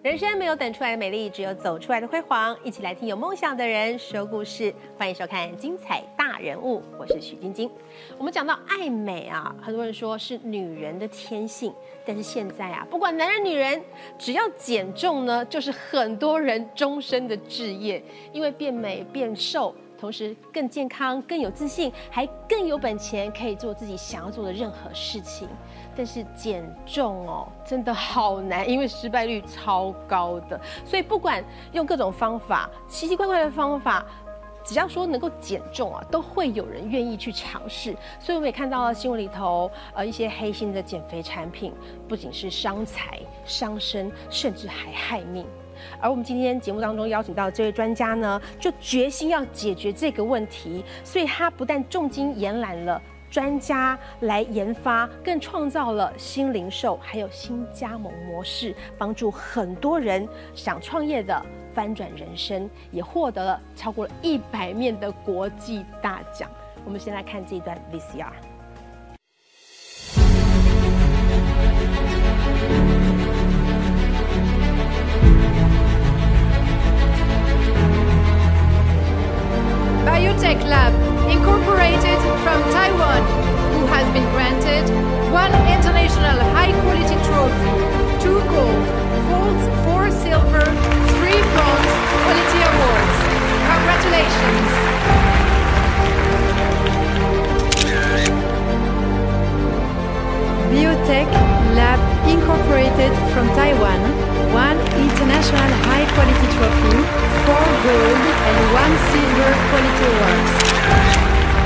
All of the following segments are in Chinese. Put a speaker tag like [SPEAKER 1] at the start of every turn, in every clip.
[SPEAKER 1] 人生没有等出来的美丽，只有走出来的辉煌。一起来听有梦想的人说故事，欢迎收看《精彩大人物》，我是许晶晶。我们讲到爱美啊，很多人说是女人的天性，但是现在啊，不管男人女人，只要减重呢，就是很多人终身的志业，因为变美变瘦。同时更健康、更有自信，还更有本钱，可以做自己想要做的任何事情。但是减重哦，真的好难，因为失败率超高的。所以不管用各种方法，奇奇怪怪的方法，只要说能够减重啊，都会有人愿意去尝试。所以我们也看到了新闻里头，呃，一些黑心的减肥产品，不仅是伤财、伤身，甚至还害命。而我们今天节目当中邀请到这位专家呢，就决心要解决这个问题，所以他不但重金延揽了专家来研发，更创造了新零售还有新加盟模式，帮助很多人想创业的翻转人生，也获得了超过了一百面的国际大奖。我们先来看这一段 VCR。
[SPEAKER 2] Biotech Lab, incorporated from Taiwan, who has been granted one international high quality trophy, two gold, four- four silver, three bronze quality awards. Congratulations! Biotech Lab Incorporated from Taiwan, one international high quality trophy, four gold and one silver quality awards.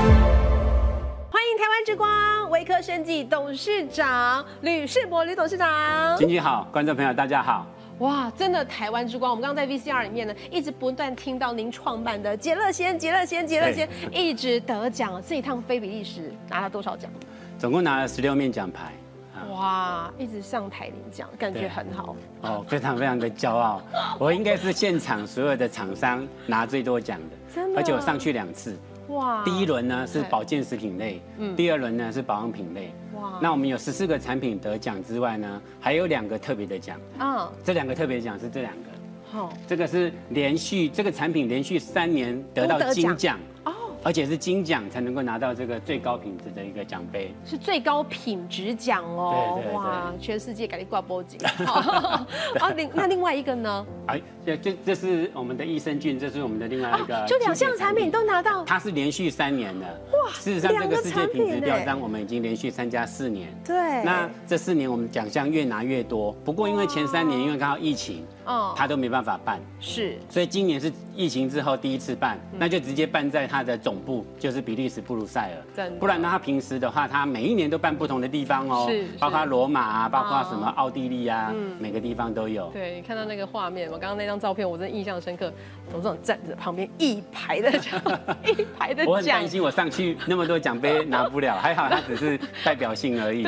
[SPEAKER 1] 欢迎台湾之光维科生技董事长吕世博吕董事长。
[SPEAKER 3] 经济好，观众朋友大家好。
[SPEAKER 1] 哇，真的台湾之光！我们刚刚在 VCR 里面呢，一直不断听到您创办的杰乐先、杰乐先、杰乐先，
[SPEAKER 3] 哎
[SPEAKER 1] 一直得奖。这一趟非比利时拿了多少奖？
[SPEAKER 3] 总共拿了十六面奖牌，啊
[SPEAKER 1] 哇，一直上台领奖，感觉很好。
[SPEAKER 3] 哦，非常非常的骄傲。我应该是现场所有的厂商拿最多奖的，
[SPEAKER 1] 真的
[SPEAKER 3] 而且我上去两次，
[SPEAKER 1] 哇，
[SPEAKER 3] 第一轮呢是
[SPEAKER 1] 对嗯
[SPEAKER 3] 保健食品类，第二轮呢是保养品类。
[SPEAKER 1] 哇
[SPEAKER 3] 那我们有十四个产品得奖之外呢，还有两个特别的奖，
[SPEAKER 1] 嗯，
[SPEAKER 3] 这两个特别奖是这两个，
[SPEAKER 1] 好
[SPEAKER 3] 这个是连续这个产品连续三年得
[SPEAKER 1] 都得
[SPEAKER 3] 到金
[SPEAKER 1] 奖
[SPEAKER 3] 奖，
[SPEAKER 1] 哦，
[SPEAKER 3] 而且是金奖才能够拿到这个最高品质的一个奖杯。
[SPEAKER 1] 是最高品质奖哦
[SPEAKER 3] 对对，对，
[SPEAKER 1] 全世界给你挂 脖颈。好啊，另那另外一个呢？
[SPEAKER 3] 哎，这这这是我们的益生菌，这是我们的另外一个、
[SPEAKER 1] 哦啊就两项产品。都拿到，
[SPEAKER 3] 它是连续三年的，哇！事实上，这
[SPEAKER 1] 两个
[SPEAKER 3] 个世界品质
[SPEAKER 1] 产品
[SPEAKER 3] 标
[SPEAKER 1] 耶
[SPEAKER 3] 章我们已经连续参加四年。
[SPEAKER 1] 对，
[SPEAKER 3] 那这四年我们奖项越拿越多，不过因为前三年
[SPEAKER 1] 哦
[SPEAKER 3] 因为刚好疫情，
[SPEAKER 1] 嗯
[SPEAKER 3] 它都没办法办，
[SPEAKER 1] 是
[SPEAKER 3] 所以今年是疫情之后第一次办，
[SPEAKER 1] 嗯
[SPEAKER 3] 那就直接办在它的总部，就是比利时布鲁塞尔
[SPEAKER 1] 真的。
[SPEAKER 3] 不然呢，它平时的话，它每一年都办不同的地方哦
[SPEAKER 1] 是是，哦嗯
[SPEAKER 3] 包括罗马啊，包括什么奥地利啊，每个地方都有。
[SPEAKER 1] 对，你看到那个画面，我刚刚那张照片，我真的印象深刻。董事长站着旁边一排的 奖，一排的
[SPEAKER 3] 我很
[SPEAKER 1] 奖
[SPEAKER 3] 担，心我上去那么多奖杯拿不了，还好它只是代表性而已。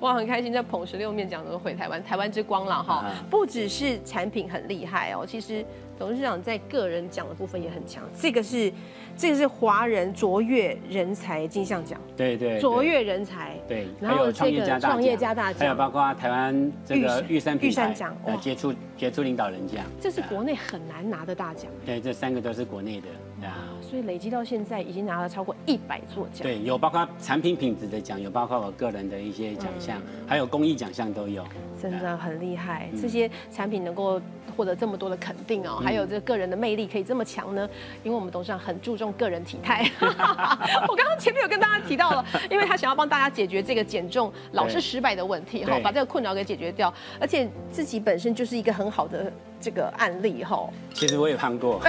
[SPEAKER 1] 哇，很开心在捧十六面奖都回台湾，台湾之光了哈
[SPEAKER 3] 啊。
[SPEAKER 1] 不只是产品很厉害哦，其实董事长在个人奖的部分也很强。这个是，这个是华人卓越人才金像奖，
[SPEAKER 3] 对对，
[SPEAKER 1] 卓越人才。
[SPEAKER 3] 对，
[SPEAKER 1] 然
[SPEAKER 3] 还
[SPEAKER 1] 后
[SPEAKER 3] 有
[SPEAKER 1] 这
[SPEAKER 3] 创业
[SPEAKER 1] 个
[SPEAKER 3] 家大奖，
[SPEAKER 1] 创业家大
[SPEAKER 3] 还有包
[SPEAKER 1] 奖，
[SPEAKER 3] 括台湾这个
[SPEAKER 1] 玉
[SPEAKER 3] 玉
[SPEAKER 1] 山
[SPEAKER 3] 山品
[SPEAKER 1] 玉山
[SPEAKER 3] 牌
[SPEAKER 1] 奖哇
[SPEAKER 3] 呃杰出杰出领导人奖，
[SPEAKER 1] 这是国内很难拿的大奖，
[SPEAKER 3] 对，这三个都是国内的。
[SPEAKER 1] 嗯
[SPEAKER 3] 对啊
[SPEAKER 1] 所以累积到现在已经拿了超过一百座奖。
[SPEAKER 3] 对，有包括产品品质的奖，有包括我个人的一些奖项，还有公益奖项都有。
[SPEAKER 1] 嗯
[SPEAKER 3] 啊
[SPEAKER 1] 真的很厉害，
[SPEAKER 3] 嗯
[SPEAKER 1] 这些产品能够获得这么多的肯定哦，还有这个人的魅力可以这么强呢？因为我们董事长很注重个人体 态。我刚刚前面有跟大家提到了，因为他想要帮大家解决这个减重老是
[SPEAKER 3] 对
[SPEAKER 1] 失败的问题哈，
[SPEAKER 3] 对
[SPEAKER 1] 把这个困扰给解决掉，而且自己本身就是一个很好的这个案例哈。
[SPEAKER 3] 其实我也 胖过，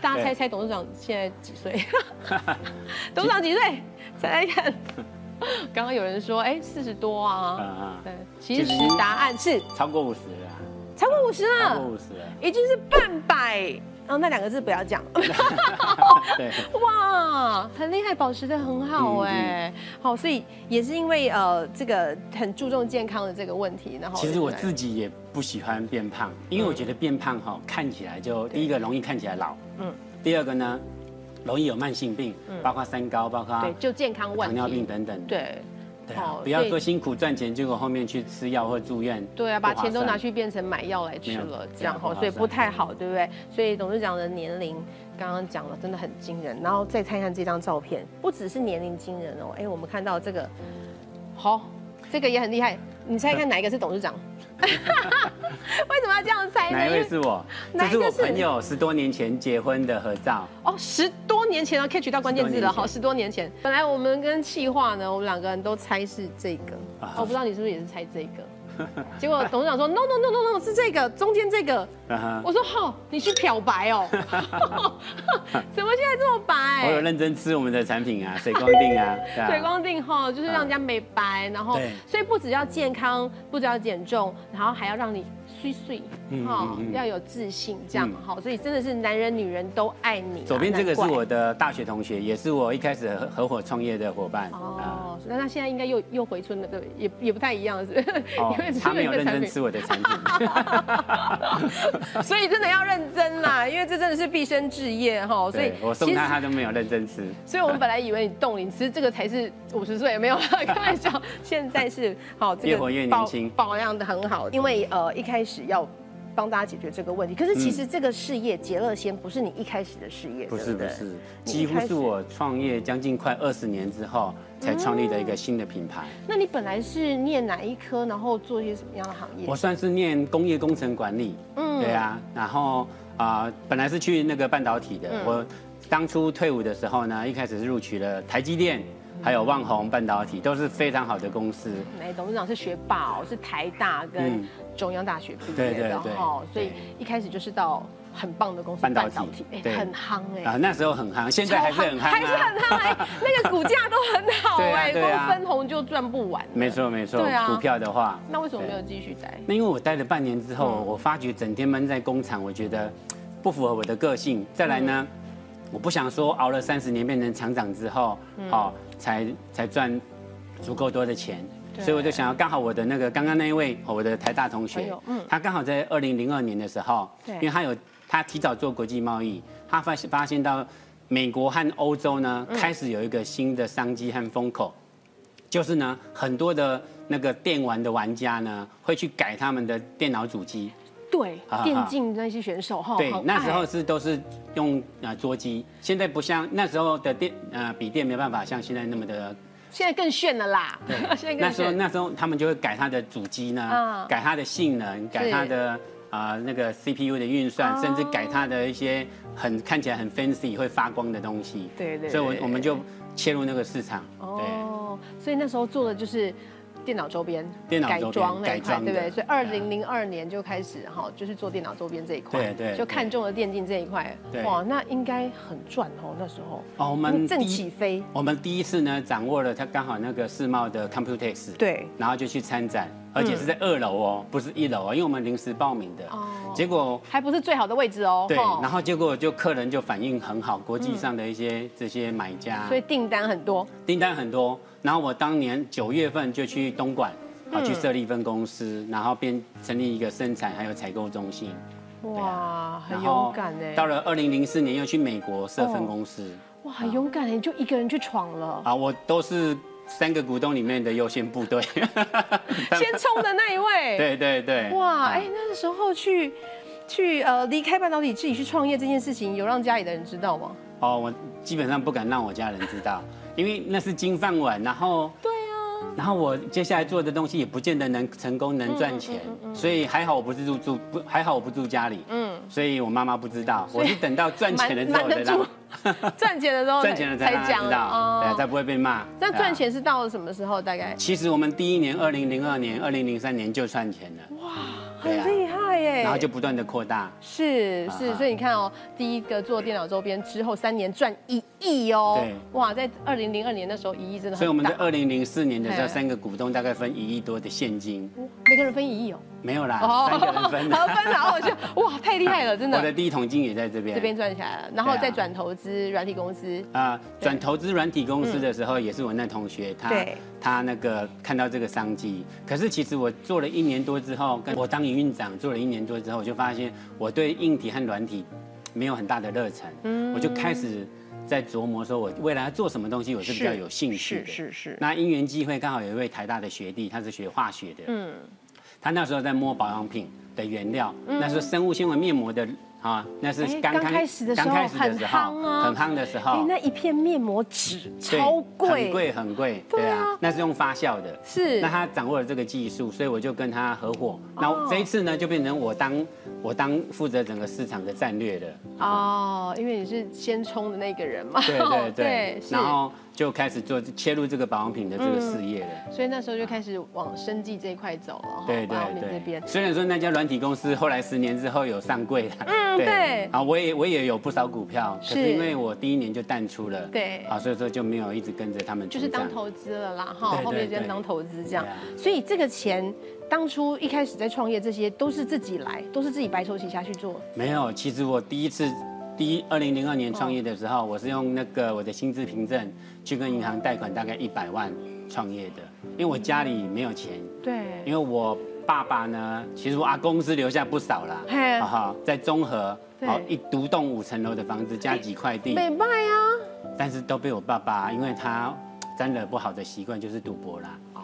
[SPEAKER 1] 大家
[SPEAKER 3] 对
[SPEAKER 1] 猜猜董事长现在几 岁？董事长几岁？猜猜看。刚刚有人说，哎，四十多啊。
[SPEAKER 3] 啊，
[SPEAKER 1] 对，其实
[SPEAKER 3] 其实
[SPEAKER 1] 答案是
[SPEAKER 3] 超过五十了啊。
[SPEAKER 1] 超过五十
[SPEAKER 3] 超过
[SPEAKER 1] 了，
[SPEAKER 3] 五十了。
[SPEAKER 1] 已经是半百。哦，那两个字不要讲。
[SPEAKER 3] 对，
[SPEAKER 1] 哇，很厉害，保持的很好哎、好，所以也是因为呃这个很注重健康的这个问题，然后
[SPEAKER 3] 其实我自
[SPEAKER 1] 己
[SPEAKER 3] 己也不喜欢变胖，因为我觉得变胖哈、看起来就第一个容易看起来老，
[SPEAKER 1] 嗯
[SPEAKER 3] 嗯，第二个呢容易有慢性病，包括三高，包括
[SPEAKER 1] 对就健康问
[SPEAKER 3] 糖
[SPEAKER 1] 题，
[SPEAKER 3] 尿病等等。
[SPEAKER 1] 对
[SPEAKER 3] 对啊
[SPEAKER 1] 哦，
[SPEAKER 3] 不要
[SPEAKER 1] 所
[SPEAKER 3] 说
[SPEAKER 1] 以
[SPEAKER 3] 辛苦赚钱，结果后面去吃药或住院。
[SPEAKER 1] 对啊，把
[SPEAKER 3] 不划
[SPEAKER 1] 钱都拿
[SPEAKER 3] 算
[SPEAKER 1] 去变成买药来吃
[SPEAKER 3] 没有
[SPEAKER 1] 了
[SPEAKER 3] 对啊，
[SPEAKER 1] 这样
[SPEAKER 3] 不
[SPEAKER 1] 哈，
[SPEAKER 3] 划
[SPEAKER 1] 所以不
[SPEAKER 3] 算
[SPEAKER 1] 太好，对不对？所以董事长的年龄刚刚讲了，真的很惊人。然后再看看这张照片，不只是年龄惊人哦，哎，我们看到这个，好，这个也很厉害。你猜看哪一个是董事 长？为什么要这样猜呢？
[SPEAKER 3] 哪一
[SPEAKER 1] 因
[SPEAKER 3] 位
[SPEAKER 1] 为
[SPEAKER 3] 是我？
[SPEAKER 1] 哪
[SPEAKER 3] 这
[SPEAKER 1] 一
[SPEAKER 3] 是
[SPEAKER 1] 个
[SPEAKER 3] 我
[SPEAKER 1] 是
[SPEAKER 3] 朋友十多年前结婚的合照。
[SPEAKER 1] 哦，十多年前啊，catch 到关键字了，好，十多年前。本来我们跟气化呢，我们两个人都猜是这个，
[SPEAKER 3] 啊
[SPEAKER 1] 哦我不知道你是不是也是猜这个。结果董事长说 no no no no no 是这个，中间这个。
[SPEAKER 3] 嗯哼
[SPEAKER 1] 我说好、你去漂白 哦，怎么现在这么白？
[SPEAKER 3] 我有认真吃我们的产品啊，水光 定啊，对啊
[SPEAKER 1] 水光定哈，就是让人家美白，然后
[SPEAKER 3] 对
[SPEAKER 1] 所以不只要健康，不只要减重，然后还要让你碎碎
[SPEAKER 3] 嗯
[SPEAKER 1] 哈
[SPEAKER 3] 嗯，嗯
[SPEAKER 1] 要有自信这样
[SPEAKER 3] 嗯
[SPEAKER 1] 哈，所以真的是男人女人都爱你啊。
[SPEAKER 3] 左边这个是
[SPEAKER 1] 难怪
[SPEAKER 3] 我的大学同学，也是我一开始合合伙创业的伙伴啊。
[SPEAKER 1] 哦，那他现在应该又又回春了，对不对？也也不太一样，是不是？
[SPEAKER 3] 哦
[SPEAKER 1] 因为，
[SPEAKER 3] 他没有
[SPEAKER 1] 你的
[SPEAKER 3] 认
[SPEAKER 1] 产
[SPEAKER 3] 真
[SPEAKER 1] 品
[SPEAKER 3] 吃我的产品，
[SPEAKER 1] 所以真的要认真啦，因为这真的是毕生志业哈。所以
[SPEAKER 3] 对我送他，他都没有认真吃。
[SPEAKER 1] 所以我们本来以为你冻龄，其实这个才是五十岁，没 有啦，开玩笑。现在是好，这个
[SPEAKER 3] 越活越年轻嗯
[SPEAKER 1] 保保养的很好。因为呃一开始要帮大家解决这个问题，可是其实这个事业杰乐先不是你一开始的事业，
[SPEAKER 3] 嗯不
[SPEAKER 1] 对
[SPEAKER 3] 是不
[SPEAKER 1] 对
[SPEAKER 3] 是，
[SPEAKER 1] 你
[SPEAKER 3] 几
[SPEAKER 1] 一
[SPEAKER 3] 乎
[SPEAKER 1] 开
[SPEAKER 3] 是
[SPEAKER 1] 始
[SPEAKER 3] 我创业将近快二十年之后才创立的一个新的品牌。
[SPEAKER 1] 那你本来是念哪一科，然后做一些什么样的行业
[SPEAKER 3] 我？算是念工业工程管理，
[SPEAKER 1] 嗯
[SPEAKER 3] 嗯，对啊，然后啊、本来是去那个半导体的，
[SPEAKER 1] 嗯
[SPEAKER 3] 我当初退伍的时候呢，一开始是录取了台积电，还有旺宏半导体，都是非常好的公司。
[SPEAKER 1] 哎，董事长是学霸哦，是台大跟
[SPEAKER 3] 嗯
[SPEAKER 1] 中央大学毕
[SPEAKER 3] 对
[SPEAKER 1] 业
[SPEAKER 3] 对
[SPEAKER 1] 的
[SPEAKER 3] 对
[SPEAKER 1] 哈，所
[SPEAKER 3] 对
[SPEAKER 1] 以一开始就是到很棒的公司
[SPEAKER 3] 半导体
[SPEAKER 1] 哎，
[SPEAKER 3] 对
[SPEAKER 1] 很夯
[SPEAKER 3] 啊，
[SPEAKER 1] 哎，
[SPEAKER 3] 那时候很夯，现在还是很夯、啊，
[SPEAKER 1] 还是很夯 哎，那个股价都很好
[SPEAKER 3] 对啊
[SPEAKER 1] 哎，
[SPEAKER 3] 对啊
[SPEAKER 1] 光分红就赚不完，
[SPEAKER 3] 没。错没错，
[SPEAKER 1] 对啊
[SPEAKER 3] 股票的话，
[SPEAKER 1] 那为什么
[SPEAKER 3] 对
[SPEAKER 1] 没有继续待？
[SPEAKER 3] 那因为我待了半年之后，我发觉整天闷在工厂，我觉得不符合我的个性。再来呢，我不想说熬了三十年变成厂长之后，
[SPEAKER 1] 嗯
[SPEAKER 3] 哦，才才赚足够多的钱。
[SPEAKER 1] 对
[SPEAKER 3] 所以我就想要，刚好我的那个刚刚那一位哦我的台大同
[SPEAKER 1] 朋
[SPEAKER 3] 学
[SPEAKER 1] 友嗯，
[SPEAKER 3] 他刚好在二零零二年的时候，
[SPEAKER 1] 对
[SPEAKER 3] 因为他有他提早做国际贸易，他发现发现到美国和欧洲呢
[SPEAKER 1] 嗯
[SPEAKER 3] 开始有一个新的商机和风口，就是呢，很多的那个电玩的玩家呢，会去改他们的电脑主机。
[SPEAKER 1] 对
[SPEAKER 3] 啊，啊
[SPEAKER 1] 电竞那些选手哈，哎
[SPEAKER 3] 对
[SPEAKER 1] 很哦爱，
[SPEAKER 3] 那时候是都是用呃桌机，现在不像那时候的电呃笔电没办法像现在那么的。
[SPEAKER 1] 现在更炫了啦， 现在
[SPEAKER 3] 那
[SPEAKER 1] 更
[SPEAKER 3] 时候
[SPEAKER 1] 炫。
[SPEAKER 3] 那时候他们就会改它的主机
[SPEAKER 1] 啊
[SPEAKER 3] 呢，改它的性能，改它的啊那个 CPU 的运算，
[SPEAKER 1] 哦
[SPEAKER 3] 甚至改它的一些很看起来很 fancy 会发光的东西。
[SPEAKER 1] 对对
[SPEAKER 3] 所以
[SPEAKER 1] 对
[SPEAKER 3] 我我们就切入那个市场。对。
[SPEAKER 1] 哦，所以那时候做的就是电脑周边、
[SPEAKER 3] 电脑
[SPEAKER 1] 改
[SPEAKER 3] 周边
[SPEAKER 1] 装那一
[SPEAKER 3] 改
[SPEAKER 1] 块，
[SPEAKER 3] 装
[SPEAKER 1] 对
[SPEAKER 3] 的
[SPEAKER 1] 不对？所以
[SPEAKER 3] 对
[SPEAKER 1] 二
[SPEAKER 3] 啊
[SPEAKER 1] 零零二年就开始哈，就是做电脑周边这一块，
[SPEAKER 3] 对对
[SPEAKER 1] 就
[SPEAKER 3] 对
[SPEAKER 1] 看中了电竞这一块，
[SPEAKER 3] 对
[SPEAKER 1] 哇，那应该很赚哦，那时候
[SPEAKER 3] 哦，我们
[SPEAKER 1] 正
[SPEAKER 3] 第一
[SPEAKER 1] 起飞，
[SPEAKER 3] 我们第一次呢，掌握了它刚好那个世贸的 Computex，
[SPEAKER 1] 对
[SPEAKER 3] 然后就去参展，而且是在二楼哦，不是一楼哦，因为我们临时报名的。
[SPEAKER 1] 哦
[SPEAKER 3] 结果
[SPEAKER 1] 还不是最好的位置哦，
[SPEAKER 3] 对，
[SPEAKER 1] 吼
[SPEAKER 3] 然后结果就客人就反应很好，国际上的一些这些买家，
[SPEAKER 1] 所以订单很多，
[SPEAKER 3] 订单很多。然后我当年九月份就去东莞。
[SPEAKER 1] 嗯
[SPEAKER 3] 啊，去设立分公司，然后变成立一个生产还有采购中心，对
[SPEAKER 1] 哇，
[SPEAKER 3] 啊
[SPEAKER 1] 很勇敢哎，
[SPEAKER 3] 到了二零零四年又去美国设分公司，
[SPEAKER 1] 哇，很勇敢哎，你就一个人去闯 了。
[SPEAKER 3] 啊，我都是三个股东里面的优先部队。
[SPEAKER 1] 先冲的那一位，
[SPEAKER 3] 对对对，
[SPEAKER 1] 哇，
[SPEAKER 3] 啊
[SPEAKER 1] 哎、那时候去去呃离开半导体自己去创业这件事情，有让家里的人知道吗？
[SPEAKER 3] 哦，我基本上不敢让我家人知道，因为那是金饭碗，然后
[SPEAKER 1] 对啊，
[SPEAKER 3] 然后我接下来做的东西也不见得能成功能赚钱，所以还好我不是住住不还好我不住家里，嗯，所以我妈妈不知道，我是等到赚钱了之
[SPEAKER 1] 瞒
[SPEAKER 3] 后才
[SPEAKER 1] 瞒得
[SPEAKER 3] 让
[SPEAKER 1] 住，赚钱的时候
[SPEAKER 3] 赚钱了才让她知
[SPEAKER 2] 啊
[SPEAKER 3] 道，
[SPEAKER 2] 哦
[SPEAKER 3] 对，才。不会被骂。
[SPEAKER 1] 那
[SPEAKER 3] 对啊
[SPEAKER 1] 赚。钱是到了什么时候？大概
[SPEAKER 3] 其实我们第一年，二零零二年、二零零三年就赚钱了。哇！对
[SPEAKER 2] 很
[SPEAKER 3] 啊，
[SPEAKER 2] 厉害耶。
[SPEAKER 3] 然后就不断的扩大。
[SPEAKER 2] 是是，
[SPEAKER 3] 啊
[SPEAKER 2] 所以你看哦，第一个做电脑周边之后三年赚一亿哦，
[SPEAKER 3] 对
[SPEAKER 2] 哇，在二零零二年那时候一亿真的很大，
[SPEAKER 3] 所以我们在二零零四年的时
[SPEAKER 2] 哎
[SPEAKER 3] 候，三个股东大概分一亿多的现金，
[SPEAKER 2] 每个人分一亿哦，哦
[SPEAKER 3] 没有啦，三个人分的。
[SPEAKER 2] 好分了，然后我就哇，太厉害了，真
[SPEAKER 3] 啊 我的
[SPEAKER 2] 的，
[SPEAKER 3] 第一桶金也在这边。
[SPEAKER 2] 这边赚起来了，然后
[SPEAKER 3] 对啊
[SPEAKER 2] 再转投资软体公司，
[SPEAKER 3] 啊，转投资软体公司的时候，也是我那同学，他
[SPEAKER 2] 对
[SPEAKER 3] 他那个看到这个商机。可是其实我做了一年多之后，跟我当营运长做了一年多之后，我就发现我对硬体和软体没有很大的热忱，
[SPEAKER 2] 嗯
[SPEAKER 3] 我就开始在琢磨说，我未来要做什么东西，我是比较有兴趣的。
[SPEAKER 2] 是是是
[SPEAKER 3] 那因缘际会，刚好有一位台大的学弟，他是学化学的，嗯，他那时候在摸保养品的原料，那时候生物纤维面膜的啊，那是
[SPEAKER 2] 嗯哎
[SPEAKER 3] 刚
[SPEAKER 2] 刚开始的时候
[SPEAKER 3] 刚开始的时候
[SPEAKER 2] 很夯啊
[SPEAKER 3] 很夯的时候，
[SPEAKER 2] 哎，那一片面膜纸
[SPEAKER 3] 哦对
[SPEAKER 2] 超贵，
[SPEAKER 3] 很贵很贵，
[SPEAKER 2] 对啊
[SPEAKER 3] 对啊，那是用发酵的。
[SPEAKER 2] 是
[SPEAKER 3] 那他掌握了这个技术，所以我就跟他合伙。
[SPEAKER 2] 哦
[SPEAKER 3] 那这一次呢，就变成我当我当负责整个市场的战略了。
[SPEAKER 2] 哦，因为你是先冲的那个人嘛，
[SPEAKER 3] 对对对，
[SPEAKER 2] 哦是嗯
[SPEAKER 3] 然后就开始做切入这个保养品的这个事业了。
[SPEAKER 2] 所以那时候就开始往生计这一块走了，
[SPEAKER 3] 对对
[SPEAKER 2] 往我们哦这
[SPEAKER 3] 对
[SPEAKER 2] 边，
[SPEAKER 3] 虽然说那家软体公司后来十年之后有上柜了，嗯
[SPEAKER 2] 对
[SPEAKER 3] 啊，我也我也有不少股票，可
[SPEAKER 2] 是
[SPEAKER 3] 是因为我第一年就淡出了，
[SPEAKER 2] 对
[SPEAKER 3] 啊，所以说就没有一直跟着他们
[SPEAKER 2] 就
[SPEAKER 3] 成
[SPEAKER 2] 是
[SPEAKER 3] 长，
[SPEAKER 2] 当投资了啦，哈
[SPEAKER 3] 对，对
[SPEAKER 2] 后面就
[SPEAKER 3] 对
[SPEAKER 2] 当投资这样
[SPEAKER 3] 对啊。
[SPEAKER 2] 所以这个钱当初一开始在创业，这些都是自己来，都是自己白手起家去做。
[SPEAKER 3] 没有，其实我第一次，第一二零零二年创业的时候，
[SPEAKER 2] 哦
[SPEAKER 3] 我是用那个我的薪资凭证去跟银行贷款大概一百万创业的，因为我家里没有钱，因
[SPEAKER 2] 对，
[SPEAKER 3] 为我爸爸呢，其实我阿公是留下不少啦
[SPEAKER 2] 嘿，
[SPEAKER 3] 啊哈，在中和，
[SPEAKER 2] 对
[SPEAKER 3] 哦一独栋五层楼的房子加几块地，
[SPEAKER 2] 美拜啊，
[SPEAKER 3] 但是都被我爸爸，因为他沾了不好的习惯，就是赌博啦，
[SPEAKER 2] 哦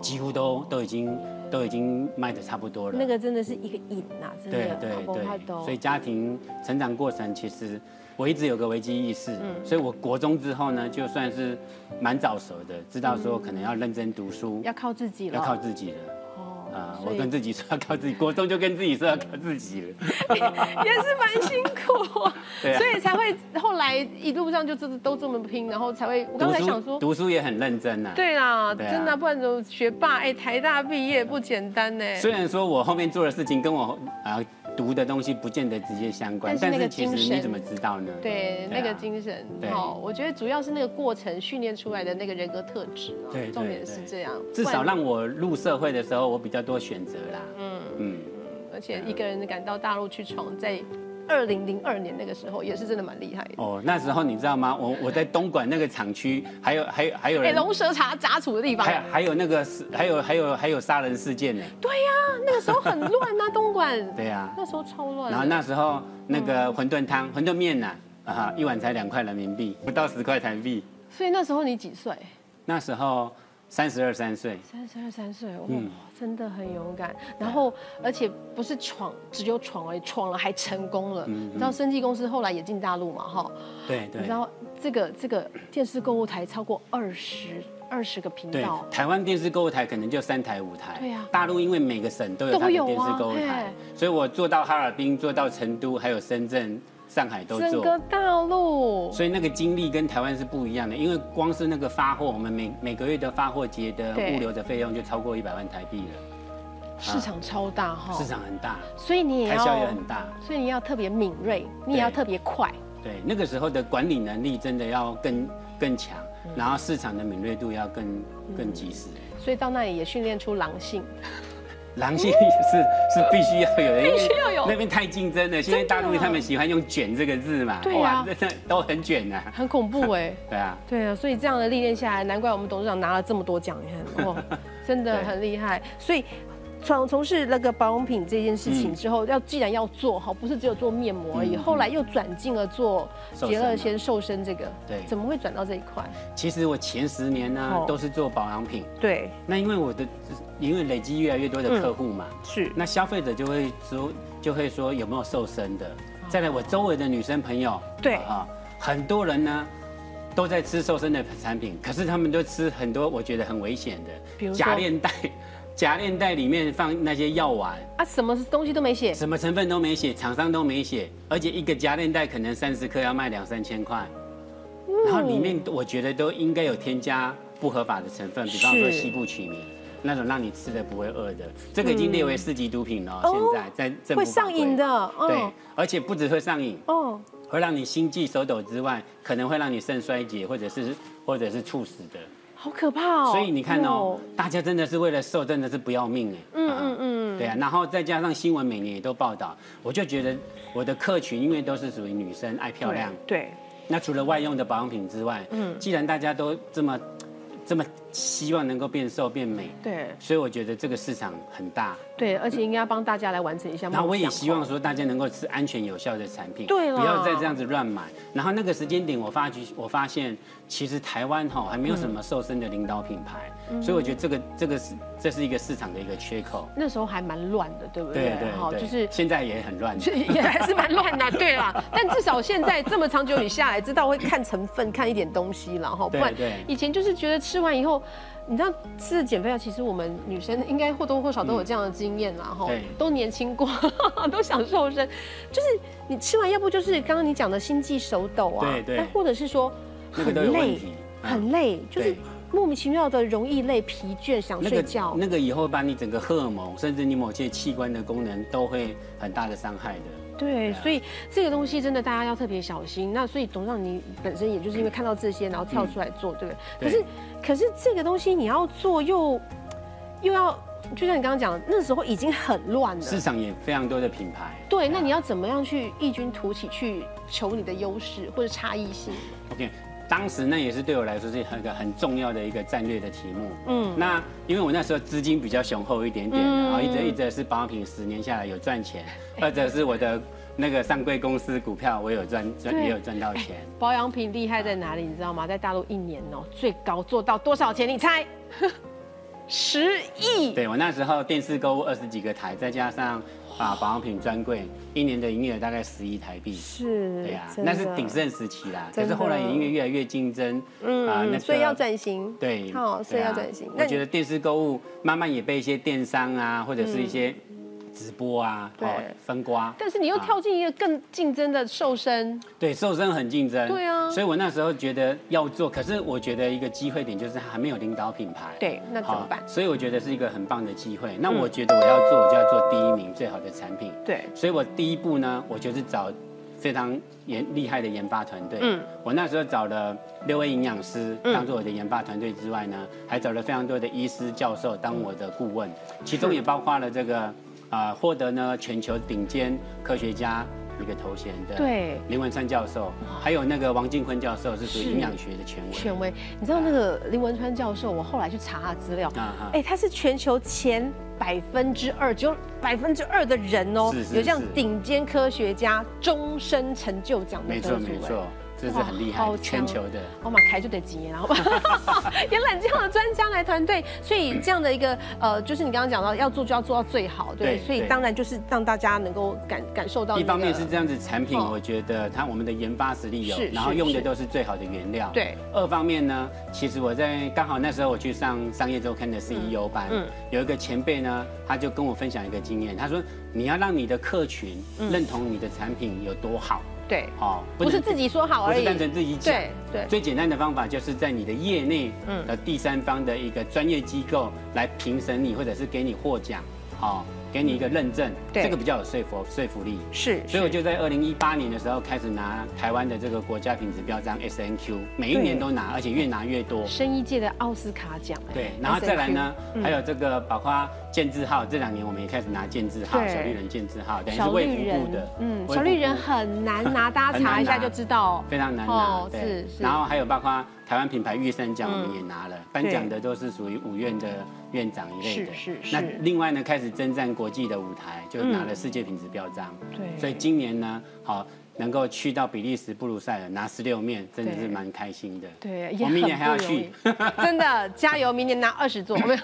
[SPEAKER 3] 几乎都都已经都已经卖的差不多了
[SPEAKER 2] 那。个真的是一个瘾呐，真
[SPEAKER 3] 对
[SPEAKER 2] 的，
[SPEAKER 3] 对
[SPEAKER 2] 阿公阿
[SPEAKER 3] 对，
[SPEAKER 2] 斗
[SPEAKER 3] 所以家庭成长过程其实我一直有个危机意识，
[SPEAKER 2] 嗯
[SPEAKER 3] 所以我国中之后呢，就算是蛮早熟的，知道说可能要认真读书，
[SPEAKER 2] 嗯要靠自己了，
[SPEAKER 3] 要靠自己了。
[SPEAKER 2] 哦
[SPEAKER 3] 啊，
[SPEAKER 2] 所
[SPEAKER 3] 我
[SPEAKER 2] 以
[SPEAKER 3] 跟自己说要靠自己，国中就跟自己说要靠自己了。
[SPEAKER 2] 也是蛮辛苦啊，
[SPEAKER 3] 对啊
[SPEAKER 2] 所以才会后来一路上就这都这么拼，然后才会。我刚才想说，
[SPEAKER 3] 读书也很认真呐、
[SPEAKER 2] 对啦，
[SPEAKER 3] 对啊
[SPEAKER 2] 真的啊，不然怎么学霸？哎，台大毕业不简单呢。
[SPEAKER 3] 虽然说我后面做的事情跟我啊、读的东西不见得直接相关，
[SPEAKER 2] 但
[SPEAKER 3] 但
[SPEAKER 2] 是那个
[SPEAKER 3] 是其
[SPEAKER 2] 精
[SPEAKER 3] 实
[SPEAKER 2] 神
[SPEAKER 3] 你怎么知道呢？
[SPEAKER 2] 对，那
[SPEAKER 3] 啊
[SPEAKER 2] 个精神，
[SPEAKER 3] 对
[SPEAKER 2] 好，我觉得主要是那个过程训练出来的那个人格特质啊
[SPEAKER 3] 对，对
[SPEAKER 2] 重点是
[SPEAKER 3] 对
[SPEAKER 2] 这样，
[SPEAKER 3] 至
[SPEAKER 2] 不然
[SPEAKER 3] 少让我入社会的时候，我比较多选择啦。嗯嗯。
[SPEAKER 2] 而且一个人赶到大陆去闯，在二零零二年那个时候也是真的蛮厉害的。
[SPEAKER 3] 哦，那时候你知道吗？我我在东莞那个厂区，还有还有还有
[SPEAKER 2] 哎，
[SPEAKER 3] 人，
[SPEAKER 2] 龙蛇茶杂处的地方
[SPEAKER 3] 还，有还有那个是还有还有还有杀人事件呢。
[SPEAKER 2] 对呀，那个时候很乱啊，东莞，
[SPEAKER 3] 对呀、
[SPEAKER 2] 那时候超乱
[SPEAKER 3] 然
[SPEAKER 2] 的。
[SPEAKER 3] 后那时候那个馄饨汤、馄饨面呐、啊，哈，一碗才两块人民币，不到十块台币。
[SPEAKER 2] 所以那时候你几岁？
[SPEAKER 3] 那时候三十二三岁，
[SPEAKER 2] 三十二三岁，哇，
[SPEAKER 3] 嗯
[SPEAKER 2] 真的很勇敢。然后，而且不是闯，只有闯而已，闯了还成功了。你知道生技公司后来也进大陆嘛？哈，
[SPEAKER 3] 对
[SPEAKER 2] 你
[SPEAKER 3] 嗯对
[SPEAKER 2] 知。道这个这个电视购物台超过二十二十个频
[SPEAKER 3] 对
[SPEAKER 2] 道，，
[SPEAKER 3] 台湾电视购物台可能就三台五台，
[SPEAKER 2] 对啊
[SPEAKER 3] 大陆因为每个省都有它
[SPEAKER 2] 都
[SPEAKER 3] 的
[SPEAKER 2] 有啊
[SPEAKER 3] 电视购物台，所以我做到哈尔滨，做到成都，还有深圳、上海都
[SPEAKER 2] 整
[SPEAKER 3] 做。
[SPEAKER 2] 个大陆
[SPEAKER 3] 所以那个经历跟台湾是不一样的，因为光是那个发货，我们每每个月的发货节的
[SPEAKER 2] 对
[SPEAKER 3] 物流的费用就超过一百万台币了，
[SPEAKER 2] 市场超大哈
[SPEAKER 3] 市，场很大，
[SPEAKER 2] 所以哦你也
[SPEAKER 3] 开销也
[SPEAKER 2] 要，
[SPEAKER 3] 很大。
[SPEAKER 2] 所以你要特别敏锐，你也
[SPEAKER 3] 对
[SPEAKER 2] 要特别快。
[SPEAKER 3] 对，那个时候的管理能力真的要更更强，
[SPEAKER 2] 嗯
[SPEAKER 3] 然后市场的敏锐度要更更及时。
[SPEAKER 2] 所以到那里也训练出狼性，
[SPEAKER 3] 狼性也是 是必须要有的，因为
[SPEAKER 2] 必须要有
[SPEAKER 3] 那边太竞争了。现在大
[SPEAKER 2] 真
[SPEAKER 3] 陆
[SPEAKER 2] 的啊
[SPEAKER 3] 他们喜欢用“卷”这个字嘛，
[SPEAKER 2] 对啊
[SPEAKER 3] 哇，真的都很卷啊。
[SPEAKER 2] 很恐 怖哎、
[SPEAKER 3] 对啊，
[SPEAKER 2] 对啊，所以这样的历练下来，难怪我们董事长拿了这么多奖，你看， 哦，真的很厉害。所以从从事那个保养品这件事情之后，要既然要做好，不是只有做面膜而已，
[SPEAKER 3] 嗯嗯
[SPEAKER 2] 后来又转进了做
[SPEAKER 3] 瘦身
[SPEAKER 2] 杰乐
[SPEAKER 3] 嘛
[SPEAKER 2] 先瘦身这个，
[SPEAKER 3] 对
[SPEAKER 2] 怎么会转到这一块？
[SPEAKER 3] 其实我前十年呢、
[SPEAKER 2] 哦
[SPEAKER 3] 都是做保养品，
[SPEAKER 2] 对，
[SPEAKER 3] 那因为我的因为累积越来越多的客户嘛，
[SPEAKER 2] 嗯是
[SPEAKER 3] 那消费者就会说就会说有没有瘦身的。再来，我周围的女生朋友，
[SPEAKER 2] 哦对
[SPEAKER 3] 啊，很多人呢都在吃瘦身的产品，可是他们都吃很多我觉得很危险
[SPEAKER 2] 比如
[SPEAKER 3] 的，
[SPEAKER 2] 说
[SPEAKER 3] 假链带， 假链带里面放那些药丸，
[SPEAKER 2] 啊，什么东西都没写，
[SPEAKER 3] 什么成分都没写，厂商都没写，而且一个夹链袋可能三十克要卖两三千块，然后里面我觉得都应该有添加不合法的成分，比方说
[SPEAKER 2] 是
[SPEAKER 3] 西部曲名，那种让你吃的不会饿的，这个已经列为四级毒品了。
[SPEAKER 2] 嗯哦
[SPEAKER 3] 现在在政府
[SPEAKER 2] 会上瘾的
[SPEAKER 3] 法规
[SPEAKER 2] 嗯
[SPEAKER 3] 对，而且不只会上瘾，
[SPEAKER 2] 哦，
[SPEAKER 3] 会让你心悸、手抖之外，可能会让你肾衰竭，或者是或者是猝死的。
[SPEAKER 2] 好可怕哦！
[SPEAKER 3] 所以你看哦
[SPEAKER 2] 哦，，
[SPEAKER 3] 大家真的是为了瘦，真的是不要命哎。嗯嗯嗯，对啊，然后再加上新闻每年也都报道，我就觉得我的客群因为都是属于女生爱漂亮，
[SPEAKER 2] 对，
[SPEAKER 3] 那除了外用的保养品之外，嗯，既然大家都这么这么希望能够变瘦变美，
[SPEAKER 2] 对
[SPEAKER 3] 所以我觉得这个市场很大。
[SPEAKER 2] 对，而且应该要帮大家来完成一下梦
[SPEAKER 3] 然
[SPEAKER 2] 想
[SPEAKER 3] 后
[SPEAKER 2] 哦。
[SPEAKER 3] 我也希望说大家能够吃安全有效的产品，
[SPEAKER 2] 对啦
[SPEAKER 3] 不要再这样子乱买。然后那个时间点，我发觉我发现，其实台湾哈还没有什
[SPEAKER 2] 嗯
[SPEAKER 3] 么瘦身的领导品牌，所以我觉得这个这个是这是一个市场的一个缺口。
[SPEAKER 2] 那时候还蛮乱的，对不
[SPEAKER 3] 对对
[SPEAKER 2] 好，
[SPEAKER 3] 对，
[SPEAKER 2] 就是
[SPEAKER 3] 现在也很乱。
[SPEAKER 2] 也还是蛮乱 的，啊对啦。但至少现在这么长久以下来，知道会看成分，看一点东西了哈。不
[SPEAKER 3] 对
[SPEAKER 2] 然
[SPEAKER 3] 对
[SPEAKER 2] 以前就是觉得吃完以后，你知道吃了减肥药，其实我们女生应该或多或少都有这样的经验啦哈
[SPEAKER 3] 对。
[SPEAKER 2] 都年轻过， 都想瘦身，就是你吃完，要不就是刚刚你讲的心悸、手抖啊，
[SPEAKER 3] 对对
[SPEAKER 2] 那或者是说
[SPEAKER 3] 那个
[SPEAKER 2] 很
[SPEAKER 3] 都有问
[SPEAKER 2] 累
[SPEAKER 3] 题，嗯
[SPEAKER 2] 很累，就是
[SPEAKER 3] 对
[SPEAKER 2] 莫名其妙的容易累、疲倦、想
[SPEAKER 3] 那
[SPEAKER 2] 睡
[SPEAKER 3] 个
[SPEAKER 2] 觉。啊
[SPEAKER 3] 那个以后把你整个荷尔蒙，甚至你某些器官的功能都会很大的伤害的。
[SPEAKER 2] 对，
[SPEAKER 3] 啊
[SPEAKER 2] 所以这个东西真的大家要特别小心。那所以董事长你本身也就是因为看到这些，然后跳出来做，对不对？可
[SPEAKER 3] 对
[SPEAKER 2] 是可是这个东西你要做又又要，就像你刚刚讲，那时候已经很乱了。
[SPEAKER 3] 市场也非常多的品牌。嗯
[SPEAKER 2] 对，那你要怎么样去异军突起，去求你的优势或者差异性？
[SPEAKER 3] OK，当时那也是对我来说是很个很重要的一个战略的题目。嗯，那因为我那时候资金比较雄厚一点点，
[SPEAKER 2] 嗯
[SPEAKER 3] 然后一则一则是保养品十年下来有 赚钱，二则是我的那个上柜公司股票我有赚赚
[SPEAKER 2] 对
[SPEAKER 3] 也有赚到 钱。
[SPEAKER 2] 保养品厉害在哪里？你知道吗？在大陆一年哦、最高做到多少钱？你猜？ 十亿。
[SPEAKER 3] 对我那时候电视购物二十几个台，再加上啊保养品专柜，一年的营业额大概十亿台币。
[SPEAKER 2] 是
[SPEAKER 3] 对呀、
[SPEAKER 2] 真的
[SPEAKER 3] 那是鼎盛时期啦。可
[SPEAKER 2] 真
[SPEAKER 3] 是
[SPEAKER 2] 的
[SPEAKER 3] 后来也因为越来越竞争，嗯，啊
[SPEAKER 2] 所以要转型
[SPEAKER 3] 对，
[SPEAKER 2] 好所以
[SPEAKER 3] 对啊
[SPEAKER 2] 要转型那
[SPEAKER 3] 我
[SPEAKER 2] 你
[SPEAKER 3] 觉得电视购物慢慢也被一些电商啊，或者是一些直播啊，
[SPEAKER 2] 嗯对
[SPEAKER 3] 分瓜。
[SPEAKER 2] 但是你又
[SPEAKER 3] 啊
[SPEAKER 2] 跳进一个更竞争的瘦身，
[SPEAKER 3] 对，瘦身很竞争。
[SPEAKER 2] 对啊
[SPEAKER 3] 所以我那时候觉得要做，可是我觉得一个机会点就是它还没有领导品牌。
[SPEAKER 2] 对那怎么
[SPEAKER 3] 好
[SPEAKER 2] 办嗯
[SPEAKER 3] 所以我觉得是一个很棒的机会。那我觉得我要做，我就要做第一名最好的产品。
[SPEAKER 2] 对
[SPEAKER 3] 所以我第一步呢，我就是找非常研厉害的研发团队。
[SPEAKER 2] 嗯
[SPEAKER 3] 嗯，我那时候找了六位营养师当做我的研发团队之外呢，还找了非常多的医师、教授当我的顾问，其中也包括了这个。啊、获得呢全球顶尖科学家那个头衔的
[SPEAKER 2] 对
[SPEAKER 3] 林文川教授，还有那个王进坤教授是属于
[SPEAKER 2] 是
[SPEAKER 3] 营养学的权威。
[SPEAKER 2] 权威。你知道那个林文川教授，我后来去查他资料，
[SPEAKER 3] 啊哈
[SPEAKER 2] 哎，他是全球前百分之二，只有百分之二的人哦
[SPEAKER 3] 是，是
[SPEAKER 2] 有这样
[SPEAKER 3] 是
[SPEAKER 2] 顶尖科学家终身成就奖的
[SPEAKER 3] 没
[SPEAKER 2] 得
[SPEAKER 3] 错
[SPEAKER 2] 主
[SPEAKER 3] 没
[SPEAKER 2] 哎
[SPEAKER 3] 错，这是
[SPEAKER 2] 哇
[SPEAKER 3] 很厉
[SPEAKER 2] 好强
[SPEAKER 3] 害，
[SPEAKER 2] 哦
[SPEAKER 3] 全球的。
[SPEAKER 2] 我马开就得几年了，好吧？ 延揽这样的专家来团队，所以这样的一个呃，就是你刚刚讲到要做就要做到最好，对，
[SPEAKER 3] 对
[SPEAKER 2] 所以
[SPEAKER 3] 对
[SPEAKER 2] 当然就是让大家能够感感受到
[SPEAKER 3] 一方面
[SPEAKER 2] 那
[SPEAKER 3] 是
[SPEAKER 2] 哦个
[SPEAKER 3] 这样子，产品
[SPEAKER 2] 哦
[SPEAKER 3] 我觉得它我们的研发实力有
[SPEAKER 2] 是，
[SPEAKER 3] 然后
[SPEAKER 2] 是
[SPEAKER 3] 用的
[SPEAKER 2] 是
[SPEAKER 3] 都是最好的原料。
[SPEAKER 2] 对。
[SPEAKER 3] 二方面呢，其实我在刚好那时候我去上商业周刊
[SPEAKER 2] 嗯
[SPEAKER 3] 的 CEO 班，有一个前辈呢，他就跟我分享一个经验，他说你要让你的客群认同你的产品有多好，
[SPEAKER 2] 嗯对，
[SPEAKER 3] 哦，
[SPEAKER 2] 不是
[SPEAKER 3] 能
[SPEAKER 2] 自己说好
[SPEAKER 3] 不
[SPEAKER 2] 而
[SPEAKER 3] 是
[SPEAKER 2] 已，
[SPEAKER 3] 单纯自己讲。
[SPEAKER 2] 对嗯对
[SPEAKER 3] 最简单的方法就是在你的业内的第三方的一个专业机构来评审你，或者是给你获奖，好、给你一个认证，
[SPEAKER 2] 嗯对
[SPEAKER 3] 这个比较有说服说服力。
[SPEAKER 2] 是，
[SPEAKER 3] 所以我
[SPEAKER 2] 是
[SPEAKER 3] 就在二零一八年的时候开始拿台湾的这个国家品质标章 SNQ，每一
[SPEAKER 2] 对
[SPEAKER 3] 年都拿，而且越拿越多。
[SPEAKER 2] 生意界的奥斯卡奖，哎
[SPEAKER 3] 对，然后
[SPEAKER 2] SNQ
[SPEAKER 3] 再来呢，
[SPEAKER 2] 嗯
[SPEAKER 3] 还有这个包括建字号，这两年我们也开始拿建字号，
[SPEAKER 2] 对
[SPEAKER 3] 小绿人建字号，等于是
[SPEAKER 2] 小
[SPEAKER 3] 卫
[SPEAKER 2] 绿
[SPEAKER 3] 福部
[SPEAKER 2] 人
[SPEAKER 3] 的，，
[SPEAKER 2] 嗯，
[SPEAKER 3] 卫
[SPEAKER 2] 小
[SPEAKER 3] 福
[SPEAKER 2] 绿
[SPEAKER 3] 部
[SPEAKER 2] 人很 难拿，大家
[SPEAKER 3] 很难
[SPEAKER 2] 查一下
[SPEAKER 3] 拿
[SPEAKER 2] 就知道，
[SPEAKER 3] 非常难拿
[SPEAKER 2] 哦，，
[SPEAKER 3] 对
[SPEAKER 2] 是。是，嗯
[SPEAKER 3] 然后还有包括台湾品牌预算奖，我们也拿了，颁
[SPEAKER 2] 对
[SPEAKER 3] 奖的都是属于五院的院长一类的。
[SPEAKER 2] 是是嗯
[SPEAKER 3] 那
[SPEAKER 2] 是
[SPEAKER 3] 另外呢，开始征战国际的舞台，就拿了世界品质标章。
[SPEAKER 2] 对
[SPEAKER 3] 所以今年呢，好能够去到比利时布鲁塞尔拿十六面，真的是蛮开心的。
[SPEAKER 2] 对，也
[SPEAKER 3] 我
[SPEAKER 2] 很不
[SPEAKER 3] 明
[SPEAKER 2] 容
[SPEAKER 3] 年还要
[SPEAKER 2] 易
[SPEAKER 3] 去。，
[SPEAKER 2] 真的加油！明年拿二十座， 没有，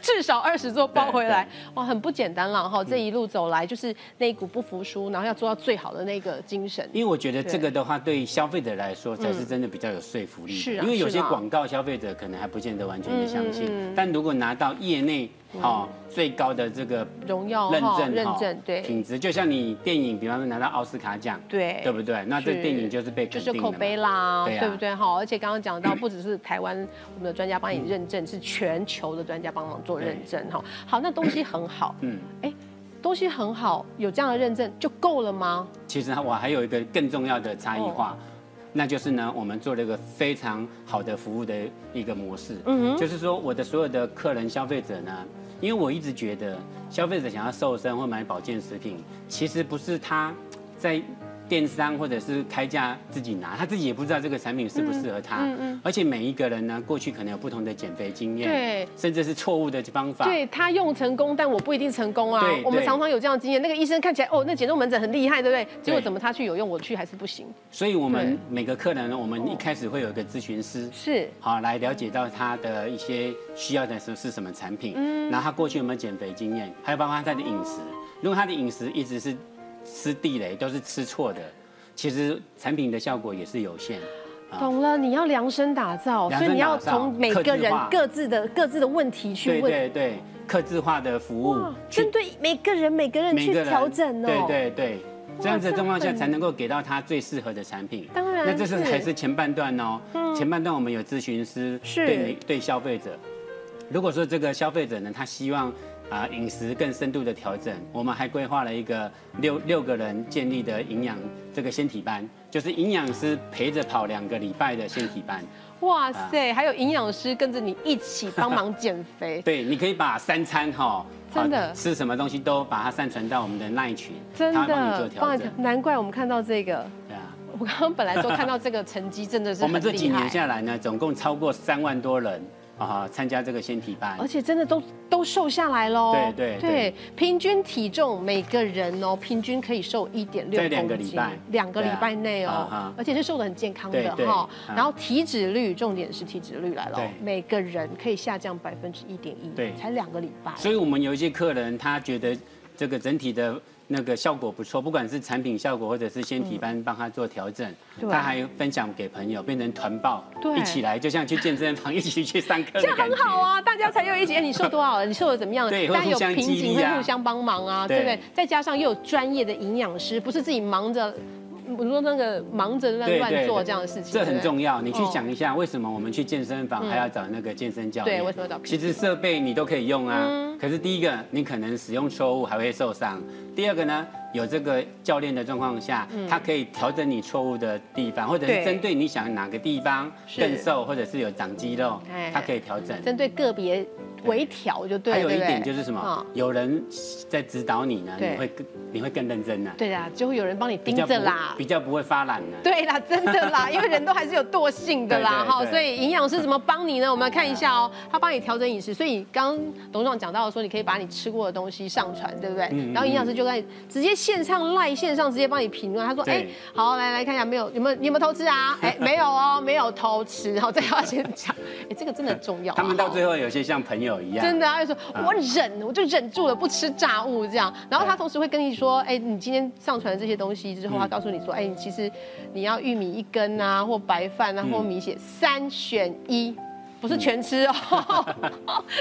[SPEAKER 2] 至少二十座包回来，哇，很不简单了哈！
[SPEAKER 3] 嗯
[SPEAKER 2] 这一路走来，就是那一股不服输，然后要做到最好的那个精神。
[SPEAKER 3] 因为我觉得这个的话，对消费者来说才是真的比较有说服力的。
[SPEAKER 2] 是啊嗯
[SPEAKER 3] 因为有
[SPEAKER 2] 是
[SPEAKER 3] 些
[SPEAKER 2] 啊
[SPEAKER 3] 广告消费者可能还不见得完全的相信，但如果拿到业内哈、最高的这个
[SPEAKER 2] 荣耀
[SPEAKER 3] 认
[SPEAKER 2] 嗯哦哈
[SPEAKER 3] 证
[SPEAKER 2] 认
[SPEAKER 3] 哈
[SPEAKER 2] 证对
[SPEAKER 3] 品质，就像你电影，比方说拿到奥斯卡奖，
[SPEAKER 2] 对
[SPEAKER 3] 对不对？那这
[SPEAKER 2] 是
[SPEAKER 3] 电影就是被
[SPEAKER 2] 就
[SPEAKER 3] 肯
[SPEAKER 2] 是
[SPEAKER 3] 定的
[SPEAKER 2] 口
[SPEAKER 3] 嘛
[SPEAKER 2] 碑啦，
[SPEAKER 3] 对啊
[SPEAKER 2] 不对哈？而且刚刚讲到，不只是台湾我们的专家帮
[SPEAKER 3] 嗯
[SPEAKER 2] 你认证，是全球的专家帮忙做认证哈。好，那东西很好，嗯，哎，东西很好，有这样的认证就够了吗？
[SPEAKER 3] 其实我还有一个更重要的差异
[SPEAKER 2] 哦
[SPEAKER 3] 化，那就是呢，我们做了一个非常好的服务的一个模式。嗯就是说我的所有的客人消费者呢，因为我一直觉得消费者想要瘦身或买保健食品，其实不是他在。电商或者是开价自己拿，他自己也不知道这个产品适不
[SPEAKER 2] 嗯
[SPEAKER 3] 适合他。而且每一个人呢，过去可能有不同的减肥经验，
[SPEAKER 2] 对
[SPEAKER 3] 甚至是错误的方法。
[SPEAKER 2] 对他用成功，但我不一定成功啊
[SPEAKER 3] 对。
[SPEAKER 2] 我们
[SPEAKER 3] 对
[SPEAKER 2] 常常有这样的经验，那个医生看起来哦，那减重门诊很厉害，对不对？结果
[SPEAKER 3] 对
[SPEAKER 2] 怎么他去有用，我去还是不行？
[SPEAKER 3] 所以我们
[SPEAKER 2] 对哦
[SPEAKER 3] 每个客人呢，我们一开始会有一个咨询师，
[SPEAKER 2] 是
[SPEAKER 3] 好来了解到他的一些需要的是是什么产品，嗯，然后他过去有没有减肥经验，还有包括他的饮食，如果他的饮食一直是吃地雷，都是吃错的，其实产品的效果也是有限。
[SPEAKER 2] 懂了，你要量身打造，啊
[SPEAKER 3] 量
[SPEAKER 2] 所
[SPEAKER 3] 身
[SPEAKER 2] 以你要
[SPEAKER 3] 打造
[SPEAKER 2] 从每个
[SPEAKER 3] 客制
[SPEAKER 2] 人
[SPEAKER 3] 化
[SPEAKER 2] 各自的各自的问题去
[SPEAKER 3] 对
[SPEAKER 2] 问，
[SPEAKER 3] 对对，客制化的服务
[SPEAKER 2] 哇，
[SPEAKER 3] 去
[SPEAKER 2] 针对每个人每个人
[SPEAKER 3] 每
[SPEAKER 2] 去
[SPEAKER 3] 个人
[SPEAKER 2] 调整哦。
[SPEAKER 3] 对对对，这样子的状况
[SPEAKER 2] 这
[SPEAKER 3] 下
[SPEAKER 2] 很
[SPEAKER 3] 才能够给到他最适合的产品。
[SPEAKER 2] 当然
[SPEAKER 3] 那这是
[SPEAKER 2] 是嗯
[SPEAKER 3] 还是前半段哦。前半段我们有咨询师
[SPEAKER 2] 是
[SPEAKER 3] 对你对消费者，如果说这个消费者呢，他希望。啊，饮食更深度的调整，我们还规划了一个六六个人建立的营养这个纤体班，就是营养师陪着跑两个礼拜的纤体班。，
[SPEAKER 2] 哇塞，还有营养师跟着你一起帮忙减肥
[SPEAKER 3] 啊 对，你可以把三餐哈，
[SPEAKER 2] 真的
[SPEAKER 3] 啊吃什么东西都把它上传到我们的赖群，
[SPEAKER 2] 真
[SPEAKER 3] 他会帮你做
[SPEAKER 2] 的
[SPEAKER 3] 调整。
[SPEAKER 2] 难怪我们看到这个。
[SPEAKER 3] 对啊。
[SPEAKER 2] 我刚刚本来说看到这个成绩真的是
[SPEAKER 3] 我
[SPEAKER 2] 很厉害，
[SPEAKER 3] 们这几年下来呢，总共超过三万多人啊参加这个先体班
[SPEAKER 2] 而。且真的都都瘦下来喽。
[SPEAKER 3] 对对对
[SPEAKER 2] 平均体重每个人哦，平均可以瘦一点六
[SPEAKER 3] 在
[SPEAKER 2] 公斤，
[SPEAKER 3] 两个礼拜
[SPEAKER 2] 两个礼拜内哦，
[SPEAKER 3] 对啊啊啊
[SPEAKER 2] 而且是瘦的很健康
[SPEAKER 3] 对
[SPEAKER 2] 的
[SPEAKER 3] 对
[SPEAKER 2] 哈、
[SPEAKER 3] 啊
[SPEAKER 2] 然后体脂率，重点是体脂率来了哦
[SPEAKER 3] 对，
[SPEAKER 2] 每个人可以下降百分之一点一，
[SPEAKER 3] 对
[SPEAKER 2] 才两个礼拜。
[SPEAKER 3] 所以我们有一些客人，他觉得这个整体的那个效果不错，不管是产品效果或者是先体班帮他做调整，
[SPEAKER 2] 对
[SPEAKER 3] 他还分享给朋友，变成团报，
[SPEAKER 2] 对
[SPEAKER 3] 一起来，就像去健身房一起去上课的
[SPEAKER 2] 这
[SPEAKER 3] 感
[SPEAKER 2] 样
[SPEAKER 3] 觉。
[SPEAKER 2] 很好啊，大家才有一起。哎， 你瘦多少？你瘦的怎么样？
[SPEAKER 3] 对
[SPEAKER 2] 大家
[SPEAKER 3] 会
[SPEAKER 2] 有
[SPEAKER 3] 互相
[SPEAKER 2] 瓶
[SPEAKER 3] 激
[SPEAKER 2] 颈，
[SPEAKER 3] 励
[SPEAKER 2] 会
[SPEAKER 3] 啊
[SPEAKER 2] 互相帮忙啊，对
[SPEAKER 3] 对
[SPEAKER 2] 不对？再加上又有专业的营养师，不是自己忙着，我说那个忙着乱
[SPEAKER 3] 对
[SPEAKER 2] 乱
[SPEAKER 3] 对
[SPEAKER 2] 做
[SPEAKER 3] 对
[SPEAKER 2] 这样的事情，
[SPEAKER 3] 这
[SPEAKER 2] 对
[SPEAKER 3] 很
[SPEAKER 2] 不对
[SPEAKER 3] 重要。你去
[SPEAKER 2] 哦
[SPEAKER 3] 想一下，为什么我们去健身房还要找那个健身教练？
[SPEAKER 2] 对为什么要找嗯
[SPEAKER 3] 其实设备你都可以用啊，可是第一个你可能使用错误还会受伤，第二个呢？有这个教练的状况下，他可以调整你错误的地方，或者
[SPEAKER 2] 嗯对
[SPEAKER 3] 是针对你想哪个地方
[SPEAKER 2] 是
[SPEAKER 3] 更瘦，或者是有长肌肉
[SPEAKER 2] 哎，
[SPEAKER 3] 他可以调整。
[SPEAKER 2] 针对个别微调就对了。
[SPEAKER 3] 还有一
[SPEAKER 2] 对不对
[SPEAKER 3] 点就是什么
[SPEAKER 2] 嗯？
[SPEAKER 3] 有人在指导你呢，
[SPEAKER 2] 对
[SPEAKER 3] 你会更你会更认真呢，
[SPEAKER 2] 对啦，啊就会有人帮你
[SPEAKER 3] 比
[SPEAKER 2] 盯
[SPEAKER 3] 较不
[SPEAKER 2] 着啦。
[SPEAKER 3] 比较不会发懒呢。
[SPEAKER 2] 对啦，真的啦， 因为人都还是有惰性的啦，
[SPEAKER 3] 对对
[SPEAKER 2] 哈，
[SPEAKER 3] 对
[SPEAKER 2] 所以营养师怎么帮你呢？我们来看一下哦，他帮你调整饮食，所以刚刚董事长讲到说，你可以把你吃过的东西上传，对不
[SPEAKER 3] 嗯
[SPEAKER 2] 对？然后营养师就在直接线上赖线上直接帮你评论，他说，
[SPEAKER 3] 对
[SPEAKER 2] 哎，好，来来看一下，没有，有没有，你有没有偷吃啊？哎，没有哦，没有偷吃，然后这个要先讲，哎，这个真的很重要啊。
[SPEAKER 3] 他们到
[SPEAKER 2] 哈
[SPEAKER 3] 最后有些像朋友一样，
[SPEAKER 2] 真的、啊，他就说我忍，我就忍住了不吃炸物这样。然后他同时会跟你说，哎，你今天上传这些东西之
[SPEAKER 3] 嗯
[SPEAKER 2] 后，他告诉你说，哎，你其实你要玉米一根啊，或白饭
[SPEAKER 3] 嗯
[SPEAKER 2] 啊，或米血，三选一。不是全吃 哦，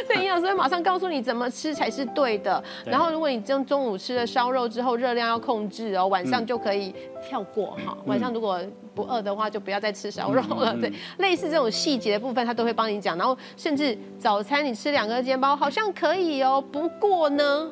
[SPEAKER 2] 所以营养师会马上告诉你怎么吃才是对的。
[SPEAKER 3] 对
[SPEAKER 2] 然后如果你中中午吃了烧肉之后，热量要控制哦，晚
[SPEAKER 3] 嗯
[SPEAKER 2] 上就可以跳过哈。晚上如果不饿的话，就不要再吃烧肉了。
[SPEAKER 3] 嗯
[SPEAKER 2] 对，类似这种细节的部分，他都会帮你讲。然后甚至早餐你吃两个煎包好像可以哦，不过 呢。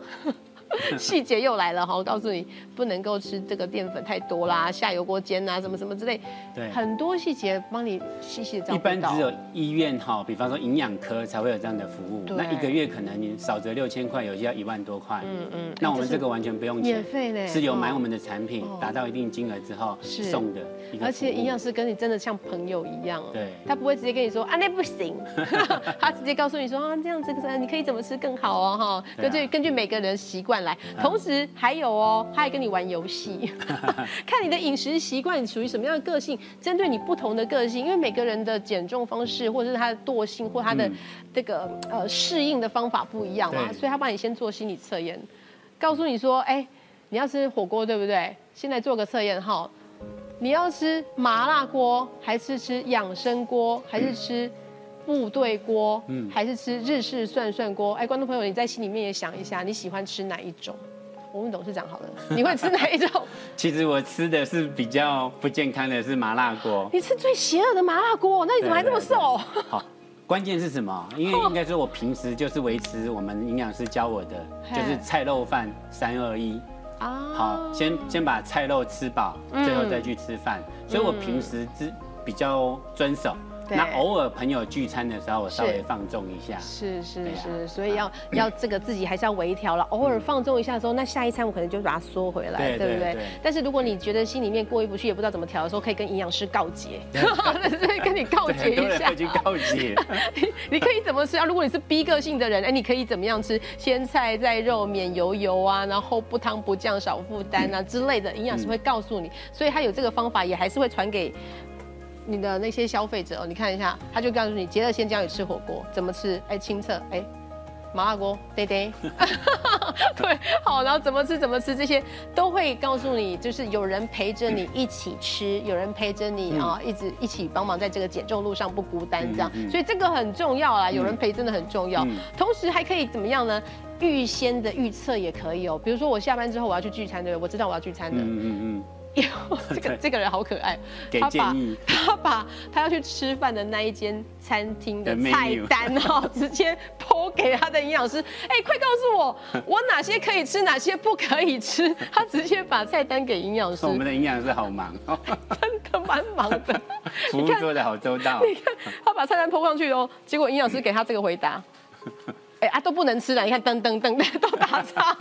[SPEAKER 2] 细节又来了哈，我告诉你，不能够吃这个淀粉太多啦，下油锅煎啊，什么什么之类，
[SPEAKER 3] 对
[SPEAKER 2] 很多细节帮你细细的照
[SPEAKER 3] 一
[SPEAKER 2] 顾
[SPEAKER 3] 般
[SPEAKER 2] 到嗯
[SPEAKER 3] 只。有医院哈，比方说营养科才会有这样的服务。
[SPEAKER 2] 对
[SPEAKER 3] 那一个月可能你少则六千块，有些要一万多块。嗯嗯。那我们这个完全不用钱，
[SPEAKER 2] 免费嘞
[SPEAKER 3] 是有
[SPEAKER 2] 哦
[SPEAKER 3] 买我们的产品，达到一定金额之后
[SPEAKER 2] 是
[SPEAKER 3] 送的一个服务。
[SPEAKER 2] 而且营养师跟你真的像朋友一样，
[SPEAKER 3] 对
[SPEAKER 2] 他不会直接跟你说啊那不行， 他直接告诉你说啊这样子你可以怎么吃更好哦哈，
[SPEAKER 3] 对
[SPEAKER 2] 根
[SPEAKER 3] 啊
[SPEAKER 2] 据、根据每个人习惯来。同时还有哦，他还跟你玩游戏，看你的饮食习惯，你属于什么样的个性，针对你不同的个性，因为每个人的减重方式或者是他的惰性或他的这个、呃适应的方法不一样嘛，
[SPEAKER 3] 对
[SPEAKER 2] 所以他帮你先做心理测验，告诉你说，哎，你要吃火锅对不对？先来做个测验哈。你要吃麻辣锅，还是吃养生锅，还是吃部队锅，还是吃日式涮涮锅？哎，观众朋友，你在心里面也想一下，你喜欢吃哪一种？我问董事长好了，你会吃哪一种？
[SPEAKER 3] 其实我吃的是比较不健康的，是麻辣 锅。
[SPEAKER 2] 你吃最邪恶的麻辣锅，那你怎么还这么瘦？
[SPEAKER 3] 好，关键是什么？因为应该说，我平时就是维持我们营养师教我的，
[SPEAKER 2] 嘿
[SPEAKER 3] 就是菜肉饭三二一。
[SPEAKER 2] 啊
[SPEAKER 3] 好，先先把菜肉吃饱，
[SPEAKER 2] 嗯
[SPEAKER 3] 最后再去吃饭。所以我平时之比较遵守，
[SPEAKER 2] 嗯对
[SPEAKER 3] 那偶尔朋友聚餐的时候，我稍微
[SPEAKER 2] 是
[SPEAKER 3] 放纵一下。
[SPEAKER 2] 是是
[SPEAKER 3] 对啊
[SPEAKER 2] 是，所以要要这个自己还是要微调了，偶尔放纵一下的时候，那下一餐我可能就把它缩回来，
[SPEAKER 3] 嗯对
[SPEAKER 2] 对不对
[SPEAKER 3] 对对？
[SPEAKER 2] 但是如果你觉得心里面过意不去，也不知道怎么调的时候，可以跟营养师告 解，对，跟你告
[SPEAKER 3] 对
[SPEAKER 2] 解
[SPEAKER 3] 很多
[SPEAKER 2] 一
[SPEAKER 3] 人
[SPEAKER 2] 下
[SPEAKER 3] 会。去 告解，
[SPEAKER 2] 你可以怎么吃啊？如果你是逼个性的人，哎，你可以怎么样吃？先菜再肉，免油油啊，然后不汤不酱，少负担啊之类的，营养师会告诉你，所以他有这个方法，也还是会传给。你的那些消费者哦，你看一下，他就告诉你，杰乐先教你吃火锅怎么吃，哎，清澈，哎，麻辣锅，对 对， 对，好，然后怎么吃怎么吃，这些都会告诉你，就是有人陪着你一起吃，有人陪着
[SPEAKER 3] 嗯
[SPEAKER 2] 你啊、一直一起帮忙在这个减重路上不孤单，这样，
[SPEAKER 3] 嗯嗯
[SPEAKER 2] 所以这个很重要啦，有人陪真的很重要。
[SPEAKER 3] 嗯
[SPEAKER 2] 同时还可以怎么样呢？预先的预测也可以哦，比如说我下班之后我要去聚餐，对不对？我知道我要聚餐的，
[SPEAKER 3] 嗯嗯嗯，
[SPEAKER 2] 这个
[SPEAKER 3] 对
[SPEAKER 2] 这个人好可爱，
[SPEAKER 3] 给
[SPEAKER 2] 他把
[SPEAKER 3] 建议
[SPEAKER 2] 他把他要去吃饭的那一间餐厅的
[SPEAKER 3] 的
[SPEAKER 2] 菜
[SPEAKER 3] menu
[SPEAKER 2] 单 哦，直接抛给他的营养师，哎、快告诉 我我哪些可以吃，哪些不可以吃，他直接把菜单给营养师
[SPEAKER 3] 哦我，们的营养师好忙哦，
[SPEAKER 2] 真的蛮忙的。
[SPEAKER 3] 服务
[SPEAKER 2] 看
[SPEAKER 3] 做的好周到。
[SPEAKER 2] 你看 他把菜单抛上去哦，结果营养师给他这个回 答，哎、啊都不能吃了，你看噔噔噔都打叉，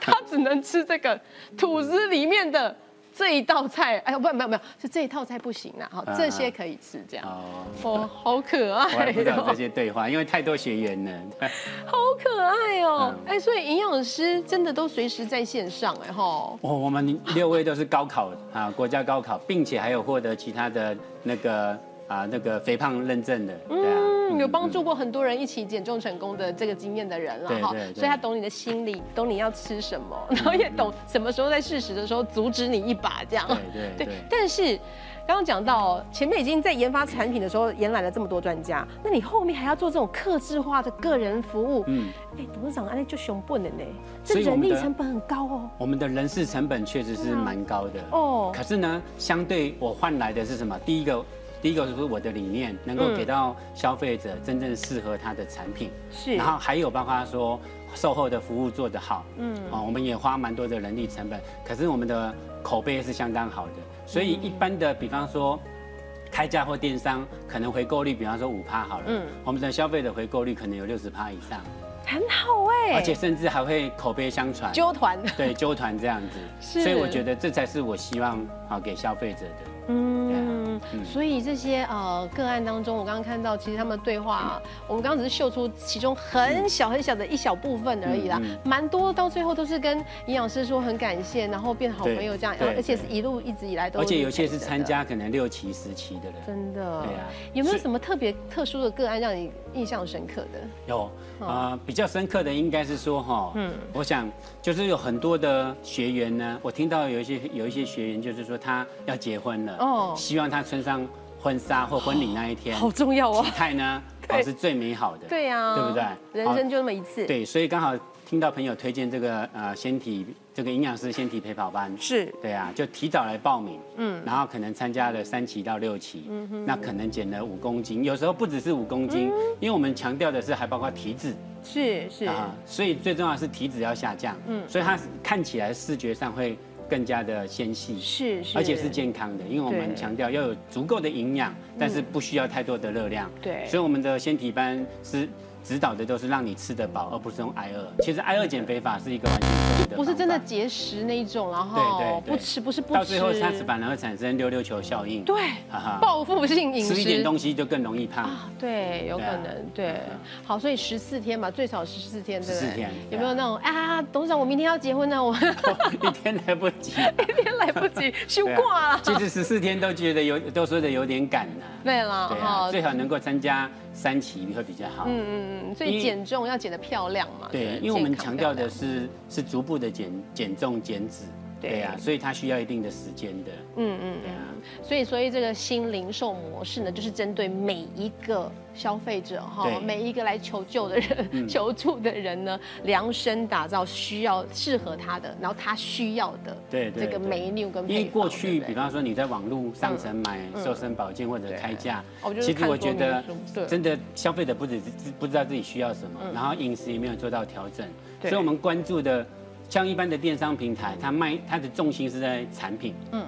[SPEAKER 2] 他只能吃这个吐司里面的。这一道菜，哎，不，没有没有，是这一套菜不行啦，好，这些可以吃，这样。
[SPEAKER 3] 哦，
[SPEAKER 2] 哦，好可
[SPEAKER 3] 啊我
[SPEAKER 2] 爱
[SPEAKER 3] 还不知道这
[SPEAKER 2] 哦，
[SPEAKER 3] 些对话，因为太多学员了。
[SPEAKER 2] 好可爱哦！
[SPEAKER 3] 嗯
[SPEAKER 2] 哎，所以营养师真的都随时在线上哎吼。
[SPEAKER 3] 哦，我们六位都是高考啊，国家高考，并且还有获得其他的那个啊那个肥胖认证的，对啊，
[SPEAKER 2] 嗯，有帮
[SPEAKER 3] 助。
[SPEAKER 2] 助过很多人一起减重成功的这个经验的人了
[SPEAKER 3] 对
[SPEAKER 2] 哈
[SPEAKER 3] 对，对嗯
[SPEAKER 2] 所以他懂你的心理，懂你要吃什么，然后也懂什么时候在适时的时候阻止你一把这样。
[SPEAKER 3] 对 对对
[SPEAKER 2] 但是刚刚讲到前面已经在研发产品的时候延揽了这么多专家，那你后面还要做这种客制化的个人服务，嗯
[SPEAKER 3] 嗯，
[SPEAKER 2] 哎，董事长安利就熊笨了呢，这
[SPEAKER 3] 所以我
[SPEAKER 2] 人
[SPEAKER 3] 们
[SPEAKER 2] 力
[SPEAKER 3] 的
[SPEAKER 2] 成本很高哦。
[SPEAKER 3] 我们的人事成本确实是蛮高的
[SPEAKER 2] 哦
[SPEAKER 3] 哦。可是呢，相对我换来的是什么？第一个，第一个就是我的理念能够
[SPEAKER 2] 嗯
[SPEAKER 3] 给到消费者真正适合他的产品，
[SPEAKER 2] 是
[SPEAKER 3] 然后还有包括说售后的服务做得好，嗯，哦，我们也花蛮多的人力成本，可是我们的口碑是相当好的，
[SPEAKER 2] 嗯
[SPEAKER 3] 所以一般的，比方说。开价或电商可能回购率，比方说五趴好了，
[SPEAKER 2] 嗯
[SPEAKER 3] 我们的消费者回购率可能有六十趴以上，
[SPEAKER 2] 很好哎、
[SPEAKER 3] 而且甚至还会口碑相传，
[SPEAKER 2] 纠团。
[SPEAKER 3] 对，纠团这样
[SPEAKER 2] 是
[SPEAKER 3] 子，所以我觉得这才是我希望啊给消费者的。
[SPEAKER 2] 嗯，
[SPEAKER 3] 嗯
[SPEAKER 2] 所以这些呃个案当中，我刚刚看到，其实他们对话、我们刚刚只是秀出其中很小很小的一小部分而已啦
[SPEAKER 3] 嗯嗯，
[SPEAKER 2] 蛮多到最后都是跟营养师说很感谢，然后变好朋友这样，然
[SPEAKER 3] 对对
[SPEAKER 2] 后而且是一路一直以来都，
[SPEAKER 3] 而且有些是参，加可能六期、十期的人，
[SPEAKER 2] 真的，
[SPEAKER 3] 对啊
[SPEAKER 2] 有没有
[SPEAKER 3] 是
[SPEAKER 2] 什么特别特殊的个案让你印象深刻的？
[SPEAKER 3] 有
[SPEAKER 2] 哦
[SPEAKER 3] 啊，比较深刻的应该是说哈，嗯，我想就是有很多的学员呢，我听到有一些有一些学员就是说他要结婚了，
[SPEAKER 2] 哦
[SPEAKER 3] 哦，希望他穿上婚纱或婚礼那一天，
[SPEAKER 2] 好重要哦
[SPEAKER 3] 体态呢，
[SPEAKER 2] 对
[SPEAKER 3] 哦是最美好的，
[SPEAKER 2] 对啊呀、
[SPEAKER 3] 对不对？
[SPEAKER 2] 人
[SPEAKER 3] 好
[SPEAKER 2] 生就那么一次，，
[SPEAKER 3] 对，所以刚好听到朋友推荐这个呃先体这个营养师先体陪跑班，
[SPEAKER 2] 是
[SPEAKER 3] 对啊，就提早来报名，嗯，然后可能参加了三期到六期，嗯那可能减了五公斤，有时候不只是五公斤，因为我们强调的是还包括体脂
[SPEAKER 2] 是嗯是，
[SPEAKER 3] 啊，所以最重要的是体脂要下降，嗯，所以它看起来视觉上会更加的纤细，
[SPEAKER 2] 是是，
[SPEAKER 3] 而且是健康的，因为我
[SPEAKER 2] 对
[SPEAKER 3] 们强调要有足够的营养，但是不需要太多的热量。
[SPEAKER 2] 嗯对
[SPEAKER 3] 所以我们的先体班是指导的都是让你吃得饱，而不是用挨饿。其实挨饿减肥法是一个完全错误的，
[SPEAKER 2] 不是真的。节食那一种，然后
[SPEAKER 3] 对对对
[SPEAKER 2] 哦不吃，不是不吃，
[SPEAKER 3] 到最后，它是反而会产生溜溜球效应。
[SPEAKER 2] 对
[SPEAKER 3] 哈哈，
[SPEAKER 2] 报复性饮食，
[SPEAKER 3] 吃一点东西就更容易胖。
[SPEAKER 2] 啊，对，有可
[SPEAKER 3] 对啊
[SPEAKER 2] 能，对，好，所以十四天吧，最少十四天，对不对？
[SPEAKER 3] 14天
[SPEAKER 2] 有没有
[SPEAKER 3] 对啊
[SPEAKER 2] 那种啊，董事长，我明天要结婚了， 我
[SPEAKER 3] 一天来不及。
[SPEAKER 2] 今天来不及休
[SPEAKER 3] 对啊
[SPEAKER 2] 挂了，
[SPEAKER 3] 其实十四天都觉得有，都说的有点赶了。
[SPEAKER 2] 对了，
[SPEAKER 3] 对啊，
[SPEAKER 2] 哦
[SPEAKER 3] 最好能够参加三期会比较好。
[SPEAKER 2] 嗯，所以
[SPEAKER 3] 因为
[SPEAKER 2] 减重要减得漂亮嘛，
[SPEAKER 3] 对，因为我们强调的是是逐步的减减重减脂，
[SPEAKER 2] 对
[SPEAKER 3] 对啊，所以它需要一定的时间的。
[SPEAKER 2] 嗯嗯
[SPEAKER 3] 对啊，
[SPEAKER 2] 所以，所以这个新零售模式呢，就是针对每一个消费者哈
[SPEAKER 3] 对，嗯
[SPEAKER 2] 每一个来求救的人、 求助的人呢，量身打造需要适合他的，然后他需要的
[SPEAKER 3] 对对
[SPEAKER 2] 这个
[SPEAKER 3] 对
[SPEAKER 2] menu 跟配方
[SPEAKER 3] 因为过去，
[SPEAKER 2] 对不
[SPEAKER 3] 比
[SPEAKER 2] 对
[SPEAKER 3] 方说你在网络商城买瘦身保健或者开架
[SPEAKER 2] 哦就，是
[SPEAKER 3] 其实
[SPEAKER 2] 看
[SPEAKER 3] 我
[SPEAKER 2] 说
[SPEAKER 3] 觉得
[SPEAKER 2] 明书对嗯
[SPEAKER 3] 真的消费者不只是不知道自己需要什么，然后饮食也没有做到调整，
[SPEAKER 2] 对嗯
[SPEAKER 3] 所以我们关注的像一般的电商平台，它卖它的重心是在产品，嗯，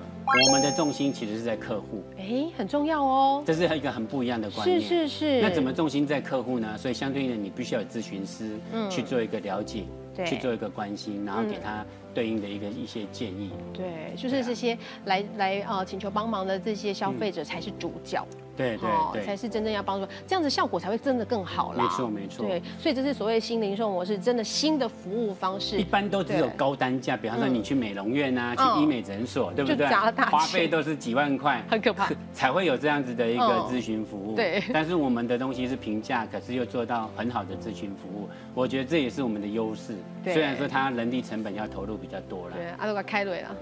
[SPEAKER 3] 我们的重心其实是在客户，
[SPEAKER 2] 哎，很重要哦。
[SPEAKER 3] 这是一个很不一样的观
[SPEAKER 2] 是
[SPEAKER 3] 念。
[SPEAKER 2] 是是。
[SPEAKER 3] 那怎么重心在客户呢？所以相对应的，你必须要有咨询师去做一个了解，
[SPEAKER 2] 嗯对嗯
[SPEAKER 3] 去做一个关心，然后给他对应的一个一些建议。
[SPEAKER 2] 对？就是这些
[SPEAKER 3] 啊
[SPEAKER 2] 来来呃请求帮忙的这些消费者才是主角。
[SPEAKER 3] 对对
[SPEAKER 2] 哦，
[SPEAKER 3] 对
[SPEAKER 2] 才。是真正要帮助，这样子效果才会真的更好啦。
[SPEAKER 3] 没错没错
[SPEAKER 2] 对，所以这是所谓新零售模式，真的新的服务方式
[SPEAKER 3] 一。般都只有高单价，比方说你去美容院
[SPEAKER 2] 嗯
[SPEAKER 3] 啊，去医美诊所，对不对？
[SPEAKER 2] 砸大钱
[SPEAKER 3] 花费都是几万块，
[SPEAKER 2] 很可怕
[SPEAKER 3] 才会有这样子的一个
[SPEAKER 2] 嗯
[SPEAKER 3] 咨询服务。
[SPEAKER 2] 对
[SPEAKER 3] 但是我们的东西是平价，可是又做到很好的咨询服务，我觉得这也是我们的优势。
[SPEAKER 2] 对
[SPEAKER 3] 虽然说它人力成本要投入比较多啦。
[SPEAKER 2] 对，阿鲁嘎开对了，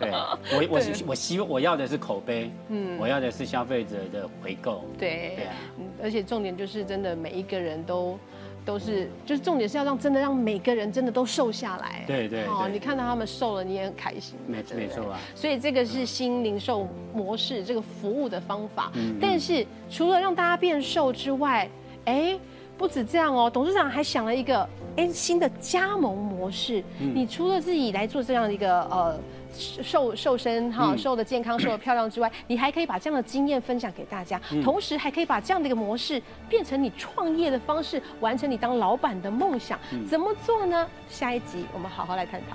[SPEAKER 3] 对，我我希我希我要的是口碑，嗯，我要的是消费者的回购。
[SPEAKER 2] 对，
[SPEAKER 3] 对啊
[SPEAKER 2] 嗯而且重点就是真的每一个人都都是，就是重点是要让真的让每个人真的都瘦下来。
[SPEAKER 3] 对对对
[SPEAKER 2] 你看到他们瘦了，你也很开心。
[SPEAKER 3] 没
[SPEAKER 2] 对不对
[SPEAKER 3] 没错啊
[SPEAKER 2] 所以这个是新零售模式，这个服务的方法。但是除了让大家变瘦之外，哎，不止这样哦，董事长还想了一个哎新的加盟模式。你除了自己来做这样的一个呃瘦瘦身哈，瘦的健康、瘦的漂亮之外，你还可以把这样的经验分享给大家，同时还可以把这样的一个模式变成你创业的方式，完成你当老板的梦想。怎么做呢？下一集我们好好来探讨。